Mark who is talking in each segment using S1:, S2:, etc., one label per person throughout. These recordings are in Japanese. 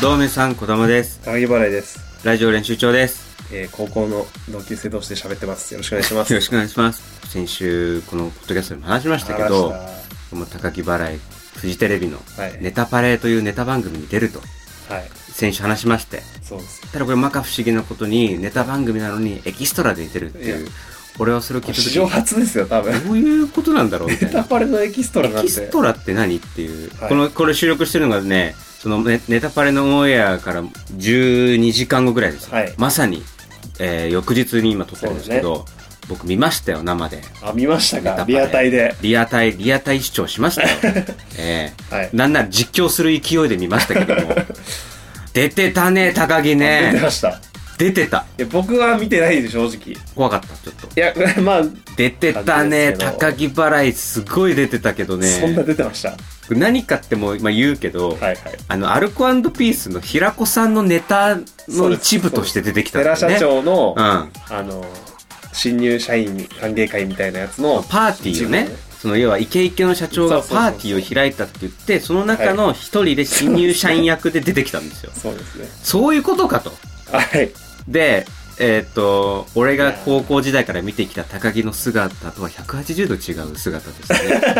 S1: どうめさん、こだまです。
S2: 高木払いです、
S1: ラジオ練習長です。
S2: えー高校の同級生同士で喋ってます。よろしくお願いしま
S1: よ
S2: す。
S1: ろしくお願いします。先週、このポッドキャストでも話しましたけど、
S2: 話
S1: この高木払い、フジテレビの
S2: したはい。
S1: ネタパレーというネタ番組に出ると、
S2: はい。
S1: 先週話しまして。
S2: そうです。
S1: ただこれ、まか不思議なことに、ネタ番組なのにエキストラで出てるってい
S2: いうや、
S1: 俺はそれを聞いた
S2: 史上
S1: 時
S2: 初ですよ、多分。
S1: どういうことなんだろうみた
S2: ネ
S1: いな
S2: タ。パレのエキストラな
S1: エ
S2: ん
S1: キ
S2: て。
S1: ストラって何っていう、
S2: はい
S1: このこれ収録してるのがねそのネネタパレのオンエアから12時間後ぐらいですよ、
S2: はい
S1: まさに、えー翌日に今撮ってるんですけど僕見ましたよ生で
S2: あ、見ました
S1: ネタパ
S2: か
S1: レ
S2: リアタイで。
S1: リアタイリアタイ視聴しま したよ、え
S2: はい
S1: ー。なんなら実況する勢いで見ましたけど も出てたね高木
S2: 出て
S1: ね
S2: ました。い
S1: 出てた
S2: や、僕は見てないで、正直。い
S1: 怖かったちょっと
S2: や、 まあ、
S1: 出てたね
S2: 感じですけど
S1: 高木払いすごい出てたけどね
S2: そんな出てました。は
S1: 何かっても、まあ、言うけど、
S2: いはい。
S1: あの、アルコピースの平子さんのネタの一部として出てきたん
S2: 寺
S1: ですよ
S2: 社
S1: ね。
S2: 長の、
S1: うん。パ
S2: あの、新入社員歓迎会みたいなやつ
S1: ー
S2: の、
S1: ティーをね、その要はイケイケの社長が
S2: そうそうそう
S1: パ
S2: そ
S1: ー
S2: う
S1: ティーを開いたって言って、その中の一人で新入社員役で出てきたんですよ。
S2: そうですね。
S1: そういうことかと。
S2: はい。
S1: で、えーっと、俺が高校時代から見てきた高木の姿とは180度違う姿で した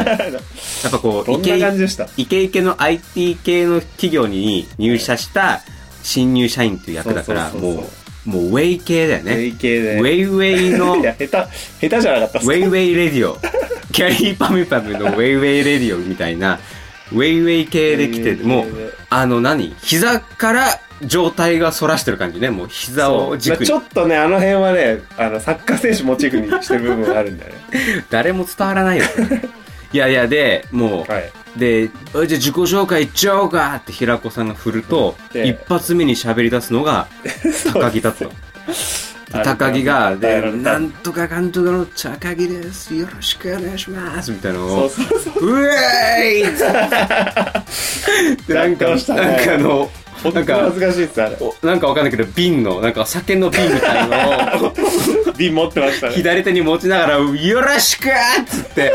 S1: ね。やっぱこう、
S2: どんな感じでした
S1: イケイケの IT 系の企業に入社した新入社員という役だから、
S2: そう
S1: も
S2: そう
S1: う
S2: そう、
S1: もうウェイ系だよね。
S2: 累計で。
S1: ウェイウェイの、
S2: い
S1: ウ
S2: や、下手、下手じゃなかったっす
S1: ェイウェイレディオ。キャリーパミュパミュのウェイウェイレディオみたいな、ウェイウェイ系で来てて、
S2: ウェイウ
S1: も
S2: ェイ系で
S1: う、あの何膝から上体が反らしてる感じね。もう膝を軸
S2: そう
S1: に。
S2: まあちょっとねあの辺はねあのサッカー選手モチーフにしてる部分があるんだよね
S1: 誰も伝わら ないよ。いやいや、で、もう、
S2: はい
S1: で、あじゃあ自己紹介いっちゃおうかって平子さんが振ると、
S2: で
S1: 一発目に喋り出すのが 高木だったの。で高木が、
S2: あ
S1: で、
S2: の
S1: なんとかかんとかの高木です。よろしくお願いします。みたいなの
S2: そ
S1: を
S2: う、そうそう
S1: うえーいっ つってでなんか、な
S2: やってま
S1: ん
S2: したね
S1: かあの、な
S2: 本当
S1: ん
S2: に
S1: か
S2: 恥、ずかしいっすあれ
S1: おなんかわかんないけど、瓶の、なんか酒の瓶みたいなのを、
S2: 瓶持ってましたね
S1: 左手に持ちながら、よろしくっつって、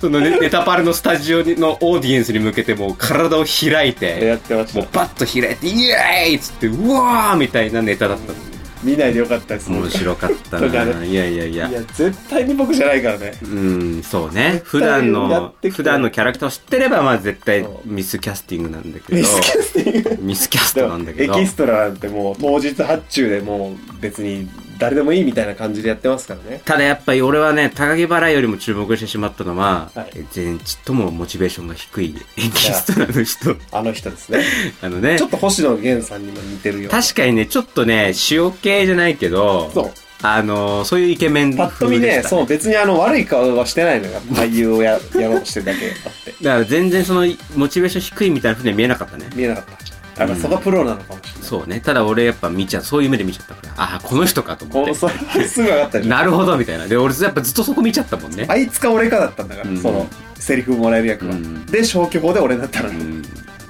S1: そのネネタパルのスタジオにのオーディエンスに向けて、もう体を開い
S2: や
S1: て
S2: っ、てまし
S1: もう
S2: た
S1: バッと開いて、イエーイっつって、うわーみたいなネタだったの
S2: 見ないでよかったです
S1: 面白かったな
S2: とか
S1: いやいやいや
S2: い。や絶対に僕じゃないからね
S1: うん、そうね。普
S2: 絶対
S1: 段
S2: や
S1: の
S2: っ、てきて
S1: 普段のキャラクターを知ってれば、まあ絶対
S2: そう
S1: ミスキャスティングなんだけど。
S2: ミスキャスティング
S1: ミスキャス
S2: で
S1: ト
S2: も
S1: なんだけ
S2: エ
S1: ど。
S2: キストラなんてもう当日発注でもう別に誰でもいいみたいな感じでやってますからね
S1: ただやっぱり俺はね、高木払いよりも注目してしまったのは、
S2: はい
S1: 全ちっともモチベーションが低いエキストラの人。
S2: あの人ですね
S1: あのね
S2: ちょ、っと星野源さんにも似てるよ
S1: 確かにね、ちょっとね、塩系じゃないけど、
S2: そう
S1: あのーそういうイケメン
S2: パッと見
S1: 風で
S2: ね、
S1: した
S2: そう、別にあの、悪い顔はしてないのよ。俳優をややろうとしてるだけあって。
S1: だから全然その、モチベーション低いみたいな風には見えなかったね。
S2: 見えなかった。やっぱそこはプロなのかもしれない。
S1: そうね。ただ俺やっぱ見ちゃう、そういう目で見ちゃったから、ああ、この人かと思
S2: こ
S1: っ
S2: う、
S1: て。
S2: それすぐ上がったじゃん。
S1: なるほどみたいな。で、俺やっぱずっとそこ見ちゃったもんね。
S2: あいつか俺かだったんだから、
S1: うん
S2: その、セリフもらえる役は。
S1: うん
S2: で、消去法で俺だったら、
S1: うん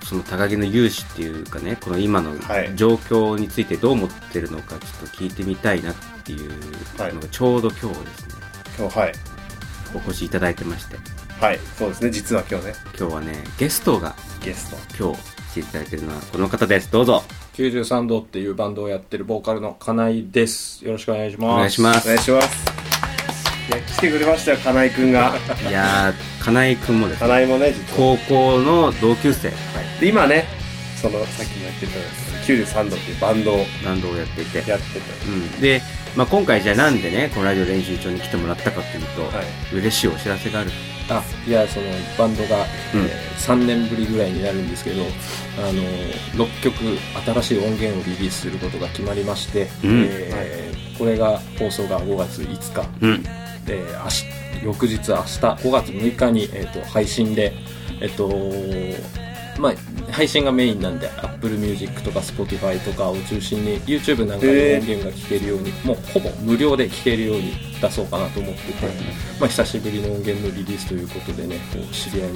S1: その高木の勇姿っていうかね、この今の
S2: はい
S1: 状況についてどう思ってるのか、ちょっと聞いてみたいなっていうのがちょうど今日ですね、
S2: 今日、はい。
S1: お越しいただいてまして、
S2: はい。そうですね、実は今日ね、
S1: 今日はね、ゲストが
S2: ゲスト。
S1: 今日来ていただいてるのはこの方です。どうぞ、
S3: 93度っていうバンドをやってるボーカルの金井ですよろしくお願いします
S1: お願いしま
S2: お願い
S1: す。
S2: します。いや、来てくれましたよ、金井く んが。
S1: いやー、金井くんもですね、
S2: 金井もね、実は。
S1: 高校の同級生、
S2: で、今ね、その、さっきも言ってたんですけど、93度っていうバンドを
S1: バンドをやっていて、
S2: やってて。
S1: うん、で、まあ、今回じゃあなんでね、このラジオ練習場に来てもらったかというと、
S2: はい。
S1: 嬉しいお知らせがある。
S3: あいやそのバンドが、
S1: うん
S3: え3年ぶりぐらいになるんですけどあの6曲新しい音源をリリースすることが決まりまして、
S1: うん
S3: えーこれが放送が5月5日
S1: うん、
S3: で明日翌日明日5月6日に、えー、と配信でえっ、とまあ配信がメインなんで Apple Music とか Spotify とかを中心に YouTube なんかの
S2: へー
S3: 音源が聴けるように、もうほぼ無料で聴けるように出そうかなと思ってて、
S2: はい
S3: まあ、久しぶりの音源のリリースということでねこう知り合いの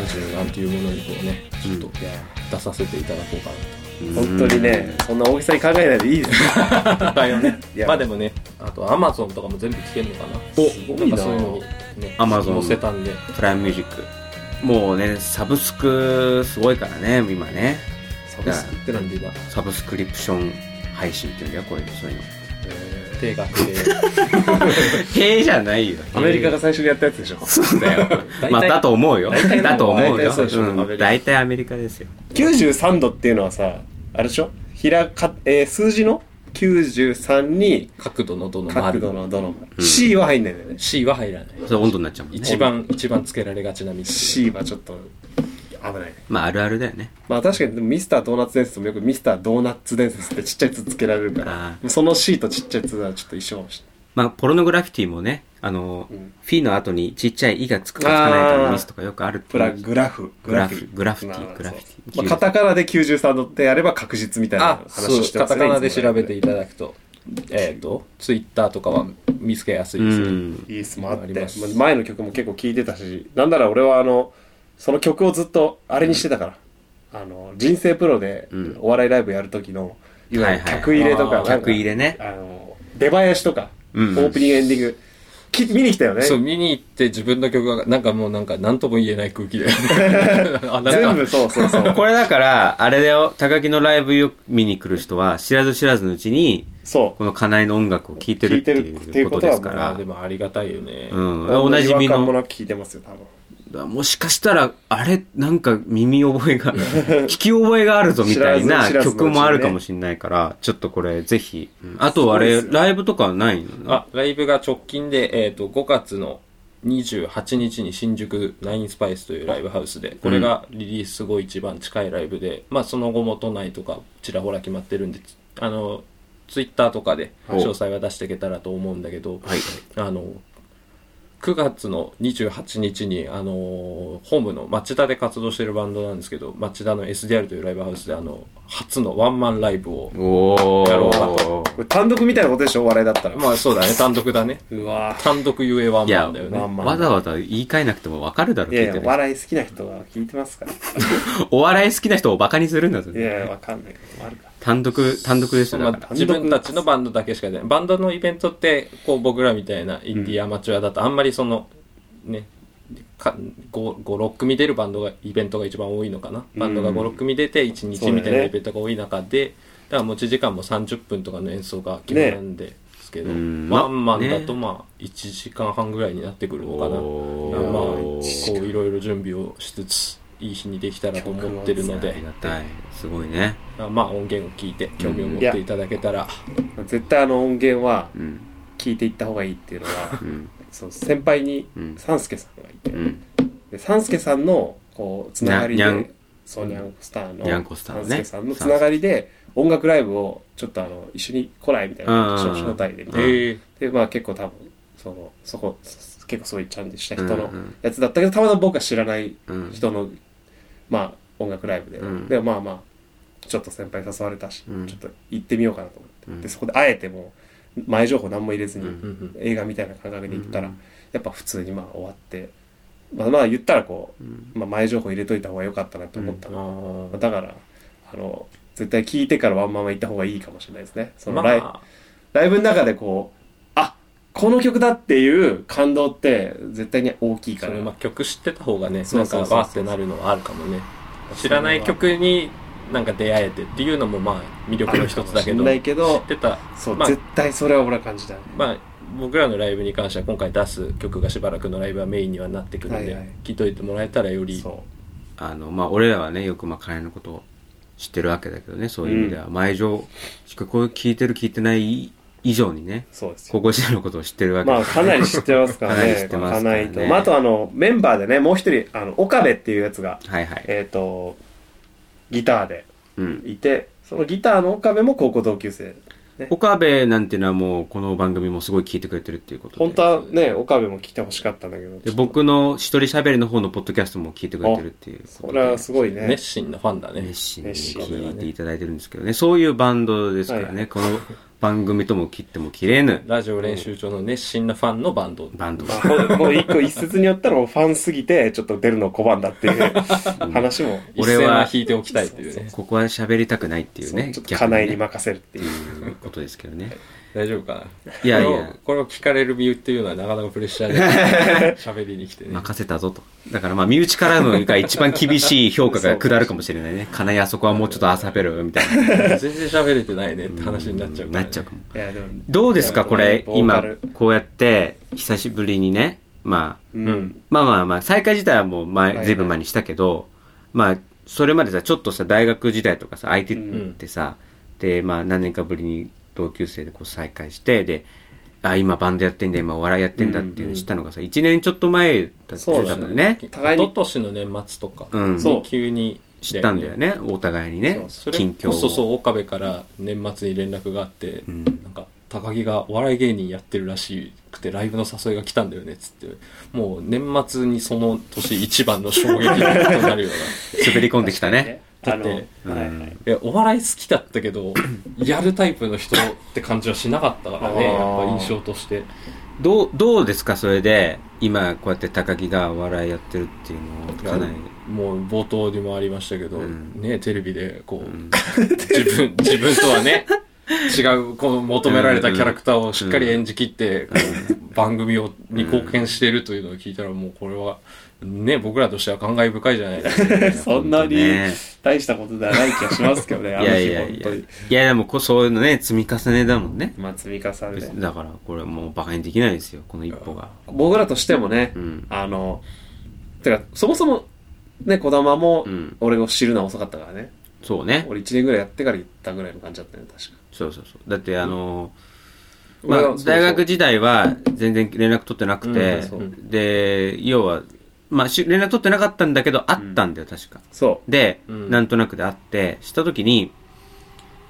S3: ラジオなんていうものにこうねちょっと、
S1: うん
S3: 出させていただこうかなと。
S2: 本当にね、そんな大げさに考えないでいいですよ。
S3: だよね
S2: いや
S3: まあでもねあと Amazon とかも全部聴けるのかな
S1: お
S2: すご
S3: なん
S2: い
S3: か
S2: な
S3: そういうのにね
S1: Amazon
S3: 載せたんで
S1: プライムミュージック。もうね、サブスクすごいからね、今ね。
S2: サ
S3: ブスクってなんでだ
S1: サブスクリプション配信っていうのやこういうのそういうの
S3: 定額で
S1: へえじゃないよ
S2: アメリカが最初にやったやつでしょ。
S1: そうだよ
S3: 大体
S1: まあだと思うよ
S3: 大体
S1: だと思う
S3: 大
S1: よ
S3: 体そうでしょ
S1: うん
S3: アメリカ
S1: 大体アメリカですよ
S2: 93度っていうのはさ、あれでしょひらか、えー数字の93に
S3: 角度のどの
S2: 角
S3: 丸
S2: 度のどの丸、
S1: うん
S2: C は入んないんだよね。
S3: C は入らない
S1: それ温度になっちゃうもんね
S3: 一番一番つけられがちな 道
S2: C はちょっと危ない。
S1: まああるあるだよね
S2: まあ確かにでもミスタードーナツ伝説もよくミスタードーナツ伝説ってちっちゃい「つ」つけられるか
S1: あ
S2: らその C とちっちゃい「つ」はちょっと一緒かもし
S1: まあポロノグラフィティもねあの、
S2: うん
S1: フィの後にちっちゃい「イ」がつくかつかないかのミスとかよくあるって
S2: れ
S1: い
S2: ない。
S1: う
S2: グラフ
S1: グラフグラフィテ
S2: まあ
S1: ィグラフィティ
S2: そうまあ、カタカナで93度ってやれば確実みたいな
S3: あ
S2: 話
S3: そ
S2: を
S3: う
S2: して
S3: カ
S2: ます
S3: タ
S2: ね
S3: カナで調べて
S2: い
S3: いただくとえっ、とツイッターとかは見つけやすいですね、
S1: うん
S2: いいっすもあっ
S3: あ
S2: て
S3: ります
S2: まあ前の曲も結構聴いてたしなんなら俺はあのその曲をずっとあれにしてたから、あの人生プロで
S1: うん
S2: お笑いライブやる時のいわゆる
S1: はいはい
S2: 客入れとか
S3: あー
S2: なんか
S1: 客入れね
S2: あの出囃子とか、
S1: うん
S2: オープニングエンディングき見に来たよね
S3: そう、見に行って自分の曲が、なんかもうなんか何とも言えない空気だよね。 あ、な
S2: 全
S3: んか、
S2: 部そうそうそ う
S1: これだから、あれだよ、高木のライブよ見に来る人は、知らず知らずのうちに、
S2: そ
S1: この金井の音楽を聴いてるっていうことですか
S3: あ
S1: ら
S3: で、もありがたいよね。
S1: うん、
S2: う
S1: おなじみ
S2: 違和感も
S1: の、
S2: なく聞いてますよ多分
S1: もしかしたら、あれ、なんか耳覚え が、聞き覚えがあるぞみたいな
S2: 知らず知らずのうちにね
S1: 曲もあるかもしれないから、ちょっとこれぜひ、うんあとあれ、
S2: そうですよ
S1: ライブとかはないの
S3: あ、ライブが直近で、えっ、と、5月の28日に新宿ナインスパイスというライブハウスで、これがリリース後一番近いライブで、まあその後も都内とかちらほら決まってるんで、つあの、ツイッターとかで
S1: はい
S3: 詳細は出していけたらと思うんだけど、
S1: はい。
S3: あの、9月の28日に、あのー、ホームの町田で活動してるバンドなんですけど、町田の SDR というライブハウスで、あの、初のワンマンライブを、
S1: お
S3: やろう
S1: ー。
S2: これ単独みたいなことでしょお笑いだったら、
S3: まあそうだね、単独だね。
S2: うわ
S3: 単独ゆえワン
S1: い
S3: マ
S1: や、
S3: ンだよ
S2: まあ
S3: ね。
S2: ま
S1: わざわざ言い換えなくてもわかるだろ、
S2: いや
S1: 聞
S2: い
S1: いて
S2: や
S1: る
S2: お
S1: 人
S2: 笑い好きな人は聞いてますからい
S1: お笑い好きな人をバカにするんだぞ。
S2: やいやわかんないこともあるから
S1: 単独、単独でしただ
S3: まあ
S1: から。
S3: 自分たちのバンドだけしか出ない。バンドのイベントって、こう僕らみたいなインディーアマチュアだと、あんまりその、ね、か5、6組出るバンドが、イベントが一番多いのかな。バンドが5、6組出て、1
S2: そうだ
S3: 日
S2: よね
S3: みたいなイベントが多い中で、だから持ち時間も30分とかの演奏が決まるんですけど、
S1: ねうん
S3: ワンマンだ
S1: ね
S3: とまあ、1時間半ぐらいになってくるのかな。
S1: お
S3: まあ、
S1: ー
S3: こういろいろ準備をしつつ、いい日にできたらと思ってるので
S1: あり、がたい。すごいね。
S3: まあまあ音源を聞いて興味を持っていただけたら、
S2: 絶対あの音源は
S1: うん。
S2: 聞いていった方がいいっていうのは
S1: うん。
S2: その先輩に
S1: うん
S2: 三助さんがいて
S1: うん。
S2: で三助さんのこうつながり
S1: にゃ
S2: で
S1: ん
S2: そうにゃんこスターの
S1: にゃんこスターのね
S2: 三助さんのつながりで音楽ライブをちょっとあの一緒に来ないみたいな
S1: うん
S2: 招待でみたいな
S3: ええ
S2: でまあ結構多分そのそこそ結構そういうちゃんとした人
S1: うんう
S2: の
S1: ん
S2: やつだったけどたまたま僕は知らない
S1: うん。
S2: 人の、まあ音楽ライブで、
S1: うん
S2: でまあまあちょっと先輩誘われたし、
S1: うん
S2: ちょっと行ってみようかなと思って、
S1: うん
S2: でそこであえてもう前情報何も入れずに、
S1: うん
S3: うん
S2: 映画みたいな感覚で行ったら、
S1: うん
S2: やっぱ普通にまあ終わってまあまあ言ったらこう、
S1: うん
S2: まあ、前情報入れといた方が良かったなと思った
S3: うん
S2: の、
S3: あー
S2: だからあの絶対聞いてからワンマンは行った方がいいかもしれないですねその
S3: ま
S2: ライ,、
S3: あ、
S2: ライブの中でこうあこの曲だっていう感動って絶対に大きいか
S3: そ
S2: ら
S3: のまあ曲知ってた方がね、
S2: そ
S3: な
S2: うん
S3: か
S2: そうそう
S3: わ
S2: そう
S3: ーってなるのはあるかもね。知らない曲になんか出会えてっていうのもまあ魅力の一つだけど、
S2: あるかも
S3: 知
S2: しれないけど
S3: ってた、
S2: そう、
S3: まあ
S2: 絶対それは俺は感じたね。
S3: まあ僕らのライブに関しては今回出す曲がしばらくのライブはメインにはなってくるんで、
S2: はいはい
S3: 聞いといてもらえたらより、
S2: そ
S1: あの、まあ、俺らはね、よくまあ、彼のことを知ってるわけだけどね、そういう意味では。前情、しかこう聞いてる聞いてない以上にね
S2: う、、そうですよ。
S1: 高校時代のことを知ってるわけ
S2: まあ、
S1: だ
S2: かなり知ってますか ら
S1: かなり知
S2: ね。
S1: ってますからね
S2: かなりと。まあ、あとあの、メンバーでね、もう一人、あの、岡部っていうやつが、
S1: はいはい。
S2: えっ、と、ギターで
S1: うん。
S2: いて、そのギターの岡部も高校同級生。
S1: 岡部なんていうのはもう、この番組もすごい聞いてくれてるっていうことで。
S2: 本当はね、岡部も来てほしかったんだけど。
S1: で、僕の一人喋りの方のポッドキャストも聞いてくれてるっていうこと
S2: そ
S1: で。
S2: れはすごいね。
S3: 熱心なファンだね
S1: 熱。心に
S2: 熱心
S1: 聞いていただいてるんですけどね、そういうバンドですからね、
S2: は
S1: この番組とも切っても切れぬ
S3: ラジオ練習場の熱心なファンのバンド。
S1: バンド。
S2: まあも うもう一個一説によったらもうファンすぎてちょっと出るの拒んだっていう話も
S3: 一線は引いておきたいっていうね。
S1: ここは喋りたくないっていう
S2: そう
S1: ね、
S2: ちょっと
S1: 逆
S2: 家
S1: にね
S2: 内に任せるっていう
S1: うんことですけどね。
S3: 大丈夫かない
S1: やいや
S3: これをこれを聞かれる身っていうのはなかなかプレッシャー で喋りに来てね
S1: 任せたぞと。だからまあ、身内からのが一番厳しい評価が下るかもしれないね。金井あそこはもうちょっと遊べるみたいな。
S3: 全然喋れてないねって話になっちゃうから、
S1: なっちゃうかも。
S2: いやでも
S1: どうですか、これ、
S2: ボーカ
S1: 今
S2: ル、
S1: こうやって、久しぶりにね、まあ、
S2: うん、
S3: うん
S1: まあまあまあ、再開自体はもう
S2: いは
S1: 前、
S2: い
S1: ずいぶん前にしたけど、まあ、それまでさ、ちょっとさ、大学時代とかさ、相手ってさ、で、まあ、何年かぶりに同級生でこう再会して、で、あ、今バンドやってんだ、今お笑いやってんだっていうのを知ったのがさ、1年ちょっと前だった
S2: そうだ
S1: もん
S3: ね
S1: ね。
S3: 一
S2: 互いに
S3: 昨年の年末とか、
S1: うん
S2: そう
S3: 急に
S1: 知ったんだよね、お互いにね、
S3: それ
S1: 近況
S3: こ
S1: を。
S3: そそう岡部から年末に連絡があって、
S1: うん
S3: なんか高木がお笑い芸人やってるらしくてライブの誘いが来たんだよねっつってもう年末にその年一番の衝撃になるよう
S1: 滑り込んできたね。
S2: 確かにねあ
S1: だって
S2: の、はい
S1: うん
S2: はい
S3: ないやお笑い好きだった けどやるタイプの人って感じはしなかったからね
S2: あー
S3: やっぱ印象として
S1: どう、どうですか、それで、今、こうやって高木がお笑いやってるっていうのを、かなり。
S3: もう冒頭にもありましたけど、
S1: うん
S3: ねテレビでこう、
S1: ん
S3: 自分自分とはね違うこの求められたキャラクターをしっかり演じきって、こう番組をに貢献しているというのを聞いたらもうこれはね僕らとしては感慨深いじゃないですか
S2: そんなに
S1: ね
S2: 大したことではない気がしますけどね、あ
S1: い
S2: の
S1: やい
S2: 日
S1: や
S2: 本
S1: い
S2: 当
S1: や。い
S2: に。
S1: やでもこうそういうのね、積み重ねだもんね。
S2: まあ積み重ねで。
S1: だからこれもう馬鹿にできないですよ、この一歩が。
S2: 僕らとしてもね
S1: う、ん。
S2: あの、てか、そもそも、ね、児玉も
S1: うん、
S2: 俺を知るのは遅かったからね。
S1: そうね。
S2: 俺1年ぐらいやってから行ったぐらいの感じだったよね、確か。
S1: そうそうそう。だってあのー、
S2: 俺は
S1: まあ
S2: そうそう
S1: 大学時代は全然連絡取ってなく
S2: うん
S1: て
S2: そう、
S1: で、要は、まあし連絡取ってなかったんだけど、あったんだよ、確か。
S2: そ
S1: で、
S3: うん
S1: なんとなくで会って、した時に、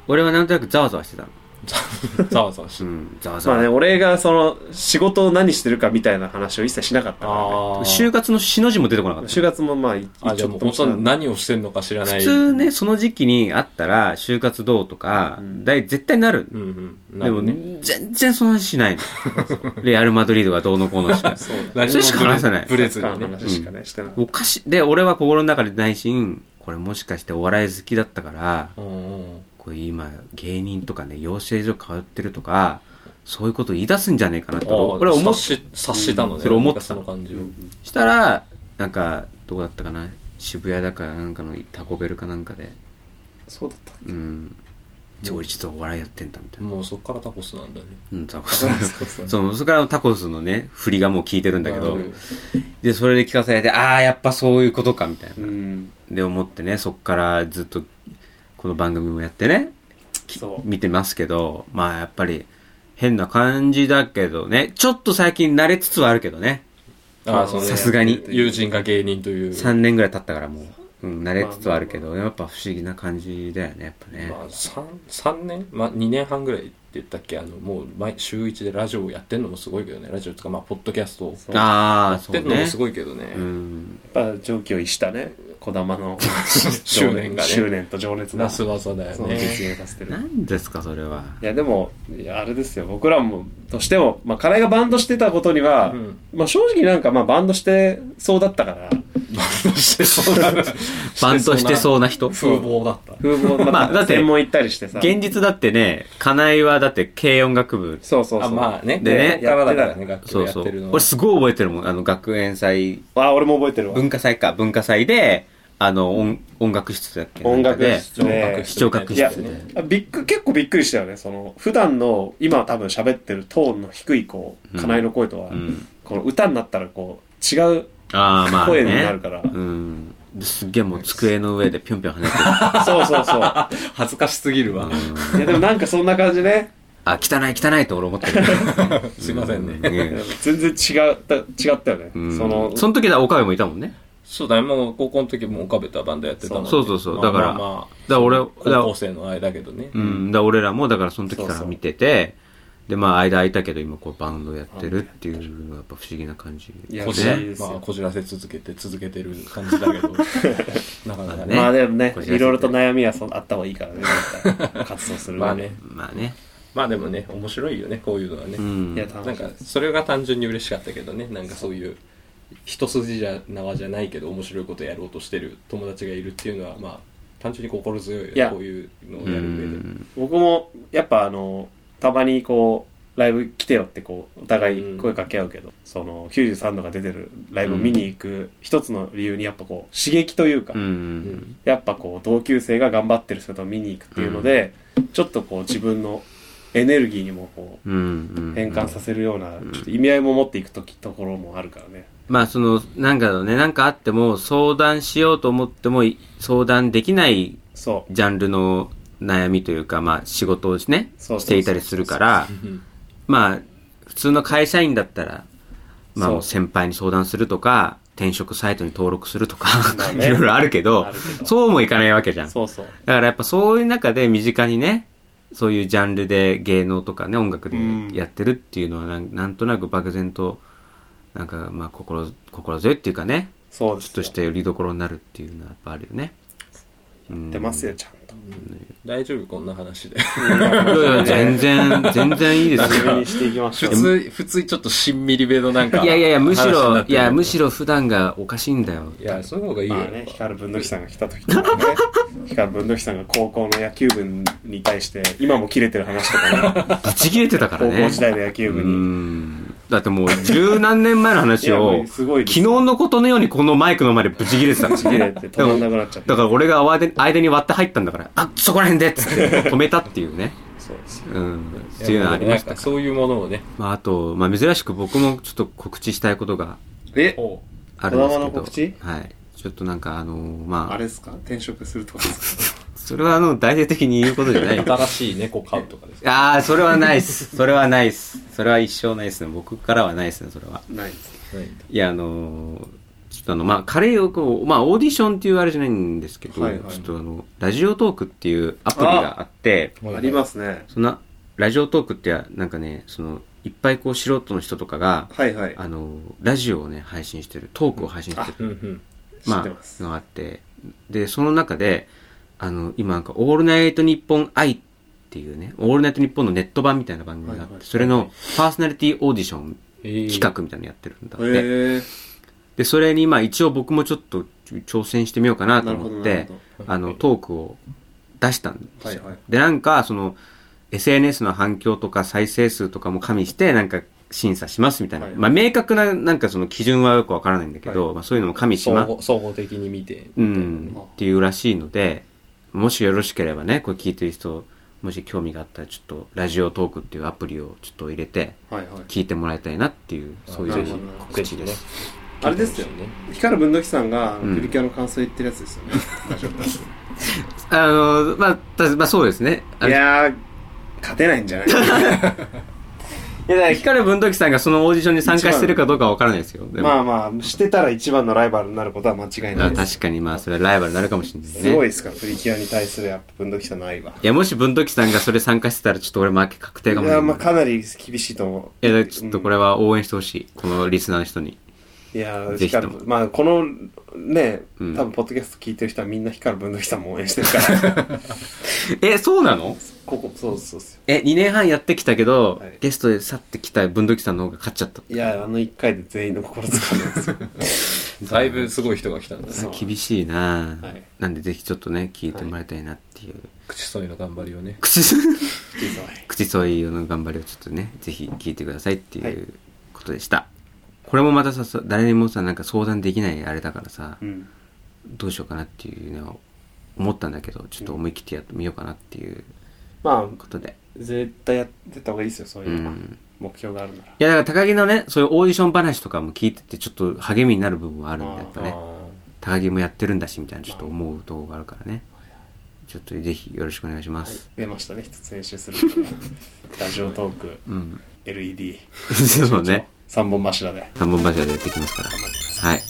S1: 俺はなんとなくざわざわしてたの。
S3: ざわざわし
S1: う
S3: て、
S1: ん、ざわ
S2: う。
S1: ざ
S2: まあね、
S1: わ。
S2: 俺がその、仕事を何してるかみたいな話を一切しなかったか
S3: ああ
S1: 就活の死の字も出てこなからっ
S2: ね。
S1: た。
S2: 就活もまあ、い
S3: あじゃあもう本当に何をしてるのか知らない
S1: 普通ね、その時期にあったら、就活どうとか、
S2: うん
S1: だい絶対なる。
S3: うんうん
S1: で
S3: な
S1: も、
S3: るね
S1: 全然その話しないの。レアル・マドリードがどうのこうのしか。
S2: そうだ。
S3: 何も
S1: それしか話さない
S3: ブレず
S2: そ
S3: に
S2: の
S3: ね
S2: 話しかね、してなかった。
S1: おかしい。で、俺は心の中で内心、これもしかしてお笑い好きだったから、
S3: うんうん
S1: これ今、芸人とかね、養成所通ってるとか、そういうこと言い出すんじゃねえかなと。俺思っ
S3: 察し察したのね、
S1: それ思った
S3: その感じを、
S1: したら、なんか、どこだったかな渋谷だからなんかのタコベルかなんかで、
S2: そうだった。
S1: うん。ちょ、俺実はお笑いやってんだみたいな。
S3: もうそっからタコスなんだね
S1: うん、タコス
S2: そう。そうそう
S1: そう、そこからタコスのね、振りがもう聞いてるんだけど
S3: なる、
S1: で、それで聞かされて、ああ、やっぱそういうことか、みたいな。
S2: うん。
S1: で、思ってね、そこからずっと、この番組もやってね、き
S2: そう
S1: 見てますけど、まあ、やっぱり、変な感じだけどね、ちょっと最近慣れつつはあるけどね、
S3: あーそうね
S1: さすがに
S3: 友人が芸人という
S1: 3年ぐらい経ったからもう、うん、慣れつつはあるけど、やっぱ不思議な感じだよね、やっぱね。
S3: まあ、3, 三年、まあ、2年半ぐらいって言ったっけあのもう毎週1でラジオをやってんのもすごいけどねラジオとかまあポッドキャストを
S2: そう
S1: ああ、
S3: やっ
S1: そ
S3: て
S1: うん
S3: のも
S1: ね
S3: す。ごいけどね
S1: うん。
S2: やっぱ上気を逸したね、児玉の
S3: 執念がね
S2: 執念と情熱
S3: な
S2: が。
S3: す技だよ
S2: そう
S3: ね
S2: 実現させてる。
S1: 何ですか、それは。
S2: いや、でも、いやあれですよ、僕らも、としても、まあ、金井がバンドしてたことには、
S3: うん
S2: まあ、正直なんか、まあ、バンドしてそうだったから、
S3: バンドしてそうな
S1: バンとしてそうな 人
S3: 風貌だった
S2: 風貌、
S1: まあだって
S2: 専門行ったりしてさ。
S1: 現実だってね、金井はだって軽音楽部。
S2: そうそうそう。
S3: あまあね
S1: でね
S3: ここからだからね楽器
S1: そ
S3: を
S1: う
S3: やっ
S1: そう
S3: てるの。は
S1: 俺すごい覚えてるもん。あの、学園祭、
S2: あ俺も覚えてるわ。
S1: 文化祭か、文化祭で、あの、音音楽室だっけ
S2: 音楽室
S1: なんか
S2: ね
S1: 視聴覚
S2: い
S1: 室
S2: や
S1: でね。、
S2: あびっく、結構びっくりしたよね。その、普段の、今多分喋ってるトーンの低い、こう、金井の声とは、
S1: でうん。
S2: この歌になったら、こう、違う
S1: ああ、まあね。
S2: 声になるから。
S1: うん。ですっげえもう机の上でぴょんぴょん跳ねて
S2: そうそうそう。
S3: 恥ずかしすぎ るわ、
S1: る。
S2: いやでもなんかそんな感じね。
S1: あ、汚い汚いと俺思って る。
S3: すいませんね、
S1: う
S2: 全然違った、違ったよね。
S1: うん
S2: その、
S1: その時は岡部もいたもんね。
S3: そうだねもう高校の時も岡部とはバンドやってたので
S1: そうそうそう
S3: まあ
S1: だから
S3: まあまあ
S1: だから俺
S3: 高校生の間だけどね、
S1: うん、だから俺らもだからその時か
S2: そう
S1: ら
S2: そう
S1: 見てて、で、まあ間空いたけど今こうバンドやってるっていうのがやっぱ不思議な感じ。
S2: いや
S3: こ
S1: ね
S3: じら
S2: いいですよ
S3: まあ、こじらせ続けて続けてる感じだ けどなかなかね
S2: まあでもね
S1: こ、
S2: い
S1: じらせて
S2: ろいろと悩みはそあった方がいいから ね。なんか活動する上で
S3: まあね。
S1: まあね。
S3: まあでもね面白いよねこういうのはね、
S1: うん。
S2: いや、楽
S3: なん
S2: しい
S3: か。それが単純に嬉しかったけどねなんかそういう一筋じゃ縄じゃないけど面白いことやろうとしてる友達がいるっていうのはまあ単純に心強いよ
S2: いや
S3: ねこういうのを
S1: う
S3: やる上で
S1: ん
S2: 僕も、やっぱあの、たまにこうライブ来てよってこうお互い声かけ合うけど、その93度が出てるライブを見に行く一つの理由にやっぱこう刺激というか、
S1: うん
S2: やっぱこう同級生が頑張ってる姿を見に行くっていうので、ちょっとこう自分のエネルギーにもこう
S1: うんうん
S2: 変換させるようなちょっと意味合いも持っていくときところもあるからね。
S1: まあそのなんかだろうねなんかあっても相談しようと思ってもい相談できない
S2: そう。
S1: ジャンルの悩みというかまあ仕事をね
S2: そうそうそう
S1: していたりする からまあ普通の会社員だったらまあ
S2: そう
S1: もう先輩に相談するとか転職サイトに登録するとか
S2: まあ
S1: い
S2: ね
S1: ろいろあるけど
S2: あるけど
S1: そうもいかないわけじゃん
S2: そうそう。
S1: だからやっぱそういう中で身近にね、そういうジャンルで芸能とかね、音楽でやってるっていうのはなん、なんとなく漠然と、なんかまあ心、心強いっていうかね、
S2: そうで
S1: ちょっ
S2: す
S1: と
S2: よ。
S1: してよりどころになるっていうのはやっぱあるよね。うん
S2: 出ますよ、ちゃんと。
S3: 大丈夫こんな話で。
S1: いやいや、全然、全然いいです
S2: 真面目
S1: よ
S2: に。していきましょ
S3: 普
S2: う。
S3: 通、普通ちょっとしんみりめのなんか。
S1: いやいやいや、むし
S3: 話にな
S1: ろ
S3: っ、て
S1: い
S3: る
S1: や、むしろ普段がおかしいんだよ。
S3: いや、そういう方がいいよ。
S2: まあね、光文土器さんが来た時とかね、光文土器さんが高校の野球部に対して、今も切れてる話とかね、
S1: ぶち切れてたから
S2: 高
S1: ね。
S2: 校時代の野球
S1: う
S2: 部に。
S1: ん。だってもう十何年前の話
S2: いや
S1: を、
S2: もうすごい
S1: 昨
S2: です
S1: 日のことのようにこのマイクの前でブチギレてたんです
S2: 切れて止まんなくなっちゃって
S1: だから俺が間に間に割って入ったんだから、あそこら辺でっつ って止めたっていうね。
S2: そうですよ。
S1: うん。
S3: い
S1: っ
S3: や
S1: ていうのはありました
S3: なんかそういうものをね。
S1: まああと、まあ珍しく僕もちょっと告知したいことが
S2: え
S1: あるんですけど。
S2: ドラマの告知
S1: はい。ちょっとなんかあのーまあ、
S2: あれですか転職するとかですか
S1: それはあの、大々的に言うことじゃない。
S3: 新しい猫飼うとかです。
S1: ああ、それはないっす。それはないっす。それは一生ないっすね。僕からはないっすね、それは。
S2: ないです。
S3: はい
S1: いや、あのーちょっとあの、まあ、彼をこう、まあ、オーディションっていうあれじゃないんですけど、
S2: はいはい
S1: ちょっとあの、ラジオトークっていうアプリがあって、
S2: あり ますね。
S1: そんな、ラジオトークって、なんかね、その、いっぱいこう、素人の人とかが、
S2: はいはい。
S1: あの、ラジオをね、配信してる、トークを配信してる、
S3: うんうん。
S2: 知っ
S1: ま
S2: てま
S1: あ、
S2: す。
S1: のがあって、で、その中で、あの、今なんか、オールナイトニッポン愛っていうね、オールナイトニッポンのネット版みたいな番組があって、
S2: はいはい
S1: それのパーソナリティオーディション
S3: 企
S1: 企。画みたいなのやってるんだって、
S2: へえ。
S1: で、それに、まあ一応僕もちょっと挑戦してみようかなと
S2: なるほど
S1: 思っ
S2: なる
S1: て
S2: ほ、
S1: あの、トークを出したんですよ。
S2: はいはい
S1: で、なんか、その、SNS の反響とか再生数とかも加味して、なんか審査しますみたいな。
S2: はい
S1: まあ明確な、なんかその基準はよくわからないんだけど、
S2: は
S1: まあそういうのも加味し
S3: 総
S1: ま、
S3: 合総合的に見て。
S1: うん、っていうらしいので、もしよろしければね、これ聞いてる人、もし興味があったら、ちょっと、ラジオトークっていうアプリをちょっと入れて、
S2: はいはい。
S1: 聞いてもらいたいなっていう、そうい
S2: なる
S1: う
S2: ほどな
S1: 告知です。
S2: あれですよね。光文土器さんが、ゆるキャラの感想言ってるやつですよね。
S1: あの、まあ、たまあ、そうですね。あ
S2: い
S1: の
S2: やー、勝てないんじゃない
S1: いや、だから光る文土器さんがそのオーディションに参加してるかどうかはわからないですよ。でも
S2: まあまあ、してたら一番のライバルになることは間違いない
S1: あ
S2: です。
S1: 確かにまあ、それはライバルになるかもしれないね。
S2: すごいですから、プリキュアに対するやっぱ文土器さんの愛は。
S1: いや、もし文土器さんがそれ参加してたら、ちょっと俺負け確定かも
S2: い
S1: しれな
S2: や、
S1: い。
S2: まあかなり厳しいと思う。
S1: いや、だからちょっとこれは応援してほしい。このリスナーの人に。
S2: いやー
S1: ぜひとも
S2: 光るまあこのね、
S1: うん
S2: 多分ポッドキャスト聞いてる人はみんな光る文土器さん も応援してるから
S1: え、そうなの
S2: ここそうそうそう
S1: え、2年半やってきたけど、
S2: はい
S1: ゲストで去ってきた文土器さんの方が勝っちゃった。
S2: いやあの1回で全員の心つかんだんですよ
S3: だいぶすごい人が来たんです。
S2: そう
S1: 厳しいな、ぁ
S2: はい
S1: なんでぜひちょっとね、聞いてもらいたいなっていう。
S3: 口そういうの頑張るよね。
S1: 口、
S2: 小さい
S1: 口そういうの頑張りをちょっとね、ぜひ聞いてくださいって
S2: はいいう
S1: ことでした。これもまたさ、そう誰にもさ、なんか相談できないあれだからさ、
S2: うん
S1: どうしようかなっていうのは思ったんだけど、ちょっと思い切ってやってみようかなっていう
S2: まあ
S1: ことで。
S2: 絶対やってた方がいいですよそういうのは、
S1: うん
S2: 目標があるなら
S1: いや、だから高木のね、そういうオーディション話とかも聞いてて、ちょっと励みになる部分はあるんで、やっぱね
S2: あ。ー
S1: 高木もやってるんだし、みたいなちょっと思うとこがあるからね。ちょっとぜひよろしくお願いします。
S2: 出ましたね一つ練習するからラジオトーク
S1: うん。
S2: LED
S1: そうね。
S2: 3本柱で
S1: 三本柱でやっていきますから。はい。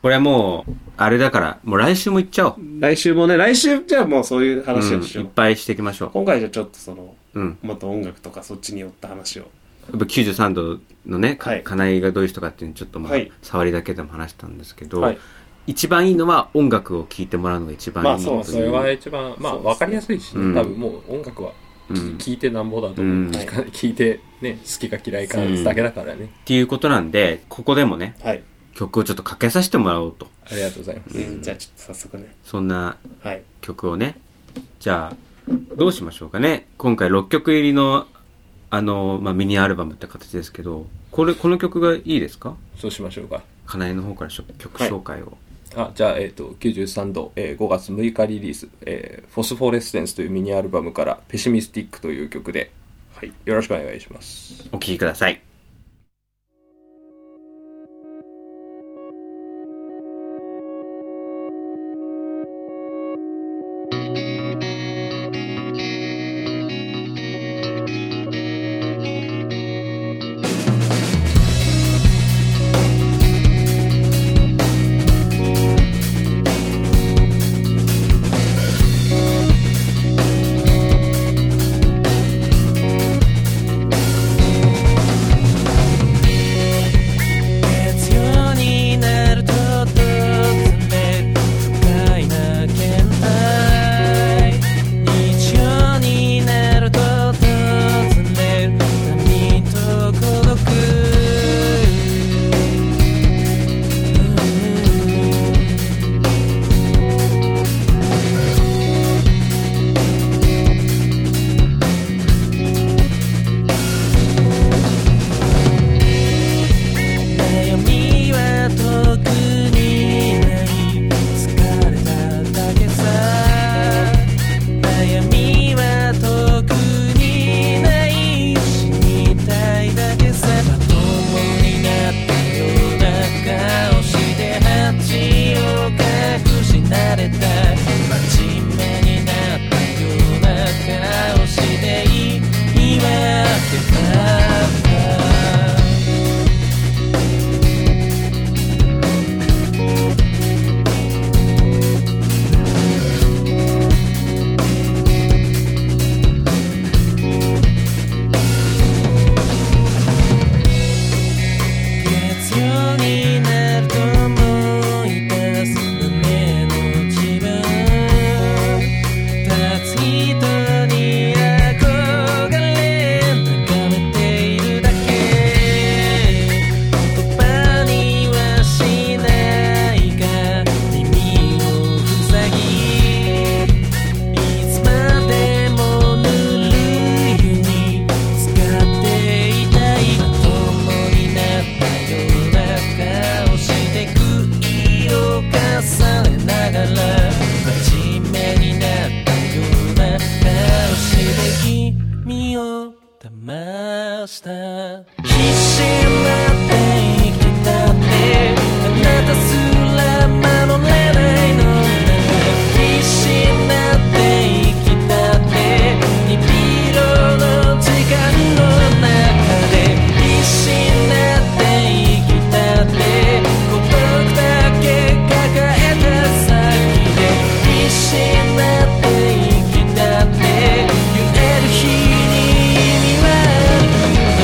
S1: これはもう、あれだから、もう来週も行っちゃおう。
S2: 来週もね来週じゃあもうそういう話
S1: う
S2: を
S1: ん
S2: しよう、
S1: いっぱいしていきましょ
S2: 今回じゃあちょっとその
S1: う。うん。
S2: もっと音楽とかそっちに寄った話を
S1: やっぱ93度のね、か
S2: はい
S1: 金井がどういう人かっていうのちょっとまあ、
S2: はい
S1: 触りだけでも話したんですけど、
S3: はい
S1: 一番いいのは音楽を聴いてもらうのが一番いい
S2: まあそう
S1: と
S3: そ
S1: い
S3: れ
S1: う
S3: は一番まあ分かりやすいし、ね
S1: うん
S3: 多分もう音楽は
S1: うん
S3: 聞いてなんぼだと思う、
S1: うん
S3: 聞か聞いてね好きか嫌いかだけだからね、
S1: っていうことなんで、ここでもね、
S2: はい、
S1: 曲をちょっとかけさせてもらおうと。
S3: ありがとうございます
S2: うんじゃあちょっと早速ね
S1: そんな
S2: はい
S1: 曲をね。じゃあ、どうしましょうかね。今回6曲入りの、あの、まあ、ミニアルバムって形ですけど、これ、この曲がいいですか
S3: そうしましょうか
S1: かなえの方からしょ曲
S2: はい
S1: 紹介を。
S3: あじゃあ、えっと93度、えー5月6日リリース、えーフォスフォレステンス」というミニアルバムから「ペシミスティック」という曲で、はい、よろしくお願いします
S1: お聴きください。
S4: 月曜になると突然不快な倦怠日曜になると突然闇と孤独悩みは特にない疲れただけさ悩みは特にない死にたいだけさまともになったような顔して恥を隠し慣れた真面目になったような顔していい今ってば月曜になると思い出す胸の自分たつ人に憧れ眺めているだけ言葉にはしないが耳を塞ぎ「いつまでもぬるい湯に使っていたい」「まともになったような顔して」「悔いを重ねながら」「真面目になったような顔して」「君を騙した」「必死になって生きたって」「あなたすら守れないのなら」必死になって生きたって2ピロの時間の中で必死になって生きたって孤独だけ抱えた先で必死になって生きたって言える日に意味はあるのか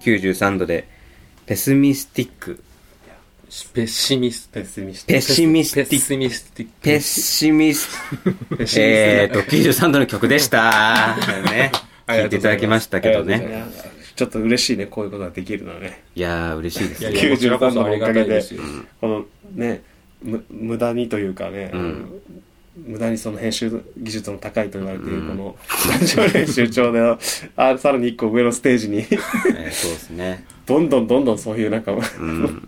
S1: 93度で、ペスミスティック。
S3: ペシミス
S2: ペスミス
S1: ペシミスティ
S3: ペ
S1: ック。
S3: シミスティック
S1: ペシミス、
S2: ペシミス
S1: えーと、93度の曲でした。ね。聞いていただきましたけど
S3: ありがとうございま
S1: ね。
S3: す
S2: いやちょっと嬉しいね、こういうことができるのはね。
S1: いやー、嬉しいです
S3: いや
S1: ね
S3: い。やこちらこそありがたいですよ
S2: このね、む無駄にというかね、
S1: ん
S2: 無駄にその編集技術の高いと言われているこのラジオ練習帳で、あさらに一個上のステージに、
S1: えーそうですね。
S2: どんどんどんどんそういうなんか、
S1: ん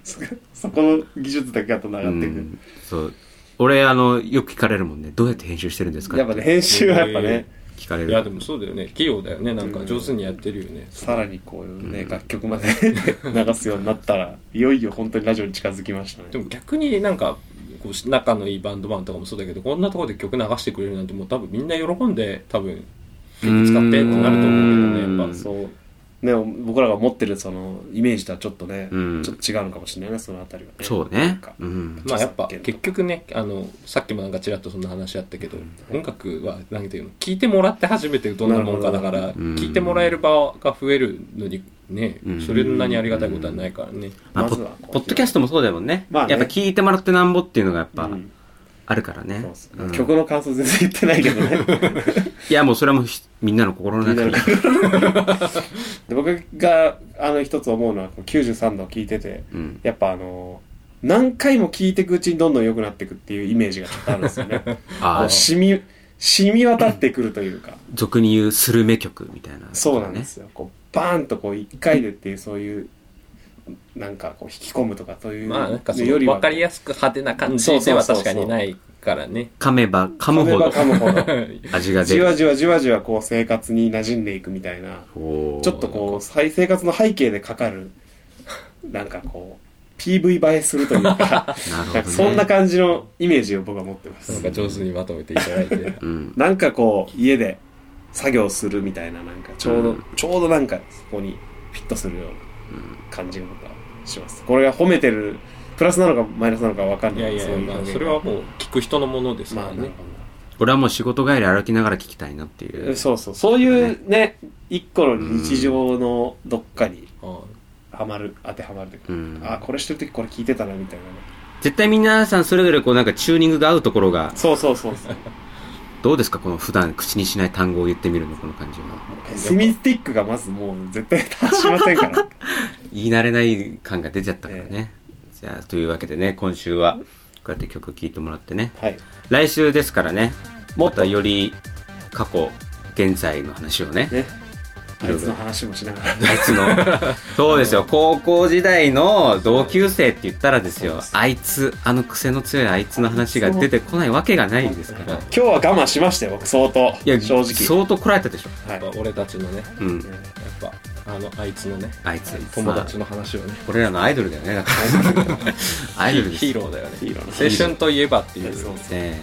S2: そ そこの技術だけがと上がってい
S1: う
S2: く。
S1: んそう。俺、あの、よく聞かれるもんね。どうやって編集してるんですか
S2: やっぱね、編集はやっぱね、
S1: 聞かれ
S3: いやで
S1: る。
S3: もそうだよね器用だよねなんか上手にやってるよね
S2: さらにこういうね、楽曲まで 流すようになったら、いよいよ本当にラジオに近づきましたね。
S3: でも逆になんかこう仲のいいバンドマンとかもそうだけどこんなところで曲流してくれるなんてもう多分みんな喜んで多分
S1: うん
S3: 使ってってなると思うけどねやっぱそう
S2: そう。ね、僕らが持ってるそのイメージとはちょっとね、
S1: うん
S2: ちょっと違うのかもしれないね、そのあたりはね。
S1: そう
S2: な
S1: ね
S2: んか。
S1: うん。
S3: まあやっぱ結局ねあのさっきもなんかちらっとそんな話あったけど、音楽は何ていうの聞いてもらって初めてどんなもんかだか
S2: な
S3: ら、
S1: うん
S3: 聞いてもらえる場が増えるのにね、
S1: うん
S3: それの何ありがたいことはないからね、
S1: まあ、
S2: ま
S1: ポ
S2: ずは
S1: ッポッドキャストもそうだもんね。
S2: まあね
S1: やっぱ聞いてもらってなんぼっていうのがやっ
S2: う
S1: ぱ
S2: ん
S1: あるから
S2: そ
S1: ね
S2: うそ。う
S1: うん
S2: 曲の感想全然言ってないけどね。
S1: いや、もうそれはもうひみん なの心の中に。
S2: で僕があの一つ思うのは、こう93度を聞いてて、
S1: うん。
S2: やっぱあの、何回も聞いていくうちにどんどん良くなっていくっていうイメージがちょっとあるんですよ
S1: あ
S2: ね。こ
S1: あ
S2: う、染み、染み渡ってくるというか。
S1: 俗に言うスルメ曲みたいな、
S2: そうなんで。すよ。こうバーンとこう一回でっていうそういうなんかこう引き込むとかそういう
S3: まあなんかそ
S2: より
S3: の
S2: は
S3: 分かりやすく派手な感じでは確かにないからね
S1: 噛めば噛む
S2: 噛め
S1: ほ
S2: ば
S1: ど
S2: 噛むほど
S1: 味が出
S2: じ
S1: る。
S2: わじわじわじわこう生活に馴染んでいくみたいな
S1: おー
S2: ちょっとこうさい生活の背景でかかるなんかこう PV 映えするという
S1: な
S2: か
S1: るほ
S2: な
S1: ど、
S2: んか
S1: ね。
S2: そんな感じのイメージを僕は持ってま
S3: なん
S2: す
S3: か上手にまとめていただいて
S1: うん。
S2: なんかこう家で作業するみたいななんかちょうど、
S1: うん
S2: ちょうどなんかそこにフィットするような感じが僕はしますこれが褒めてるプラスなのかマイナスなのかわかん
S3: い
S2: な
S3: や
S2: い
S3: いや
S2: う
S3: いや、
S2: う
S3: まあ、
S2: 表現
S3: それはもう聞く人のものですか
S2: ま
S3: ら
S2: あな
S3: ね
S2: る。ほ
S1: 俺はもう仕事帰り歩きながら聞きたいなってい
S2: ど
S1: う。
S2: そうそうそういうね一個の日常のどっかに
S3: あ
S2: はまる当てはまるという
S1: う
S2: か、
S1: ん
S2: あこれしてる時これ聞いてたなみたいなね
S1: 絶対皆さんそれぞれこうなんかチューニングが合うところが、
S2: そうそうそうそう
S1: どうですかこの普段口にしない単語を言ってみるの、この感じは。
S2: ペスミスティックがまずもう絶対達しませんから
S1: 言い慣れない感が出ちゃったからね。じゃあ、というわけでね、今週は、こうやって曲聴いてもらってね。
S2: はい
S1: 来週ですからね、
S2: も
S1: ま
S2: っと
S1: た
S2: ね
S1: より過去、現在の話をね、
S2: あいつの話もしながら
S1: あいつの、そうですよ、高校時代の同級生って言ったらですよ、あいつ、あの癖の強いあいつの話が出てこないわけがないんですから。
S2: 今日は我慢しましたよ僕相当
S1: いや、
S2: 正直
S1: 相当こらえたでしょ。
S2: は
S3: や
S2: い
S3: っぱ俺たちのね、やっ
S1: うん。
S3: ぱ、あの、あいつのね、
S1: あいつ、
S3: 友達の話をね、
S1: 俺らのアイドルだよね、だから。 アイドルです
S3: ヒ
S1: よ。
S3: ーローだよ
S2: ヒ
S3: ね。
S2: ーローの
S3: 青春といえばっていう、
S2: そうそう
S1: ね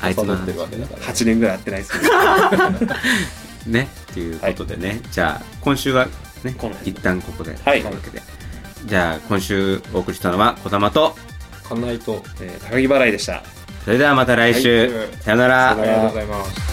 S1: あ
S3: あ
S1: い
S3: い
S1: つ
S3: つ
S1: の
S3: ってるわけだから。
S2: 8年ぐらいやってないですけど
S1: ね、っていうことでね、じゃあ今週はね
S2: この辺で
S1: 一旦ここで、
S2: はい
S1: というわけでじゃあ今週お送りしたのは児玉と
S3: かないと。
S2: えー高木払いでした
S1: それではまた来週、
S3: はい
S1: さよなら
S3: ありがとうございます。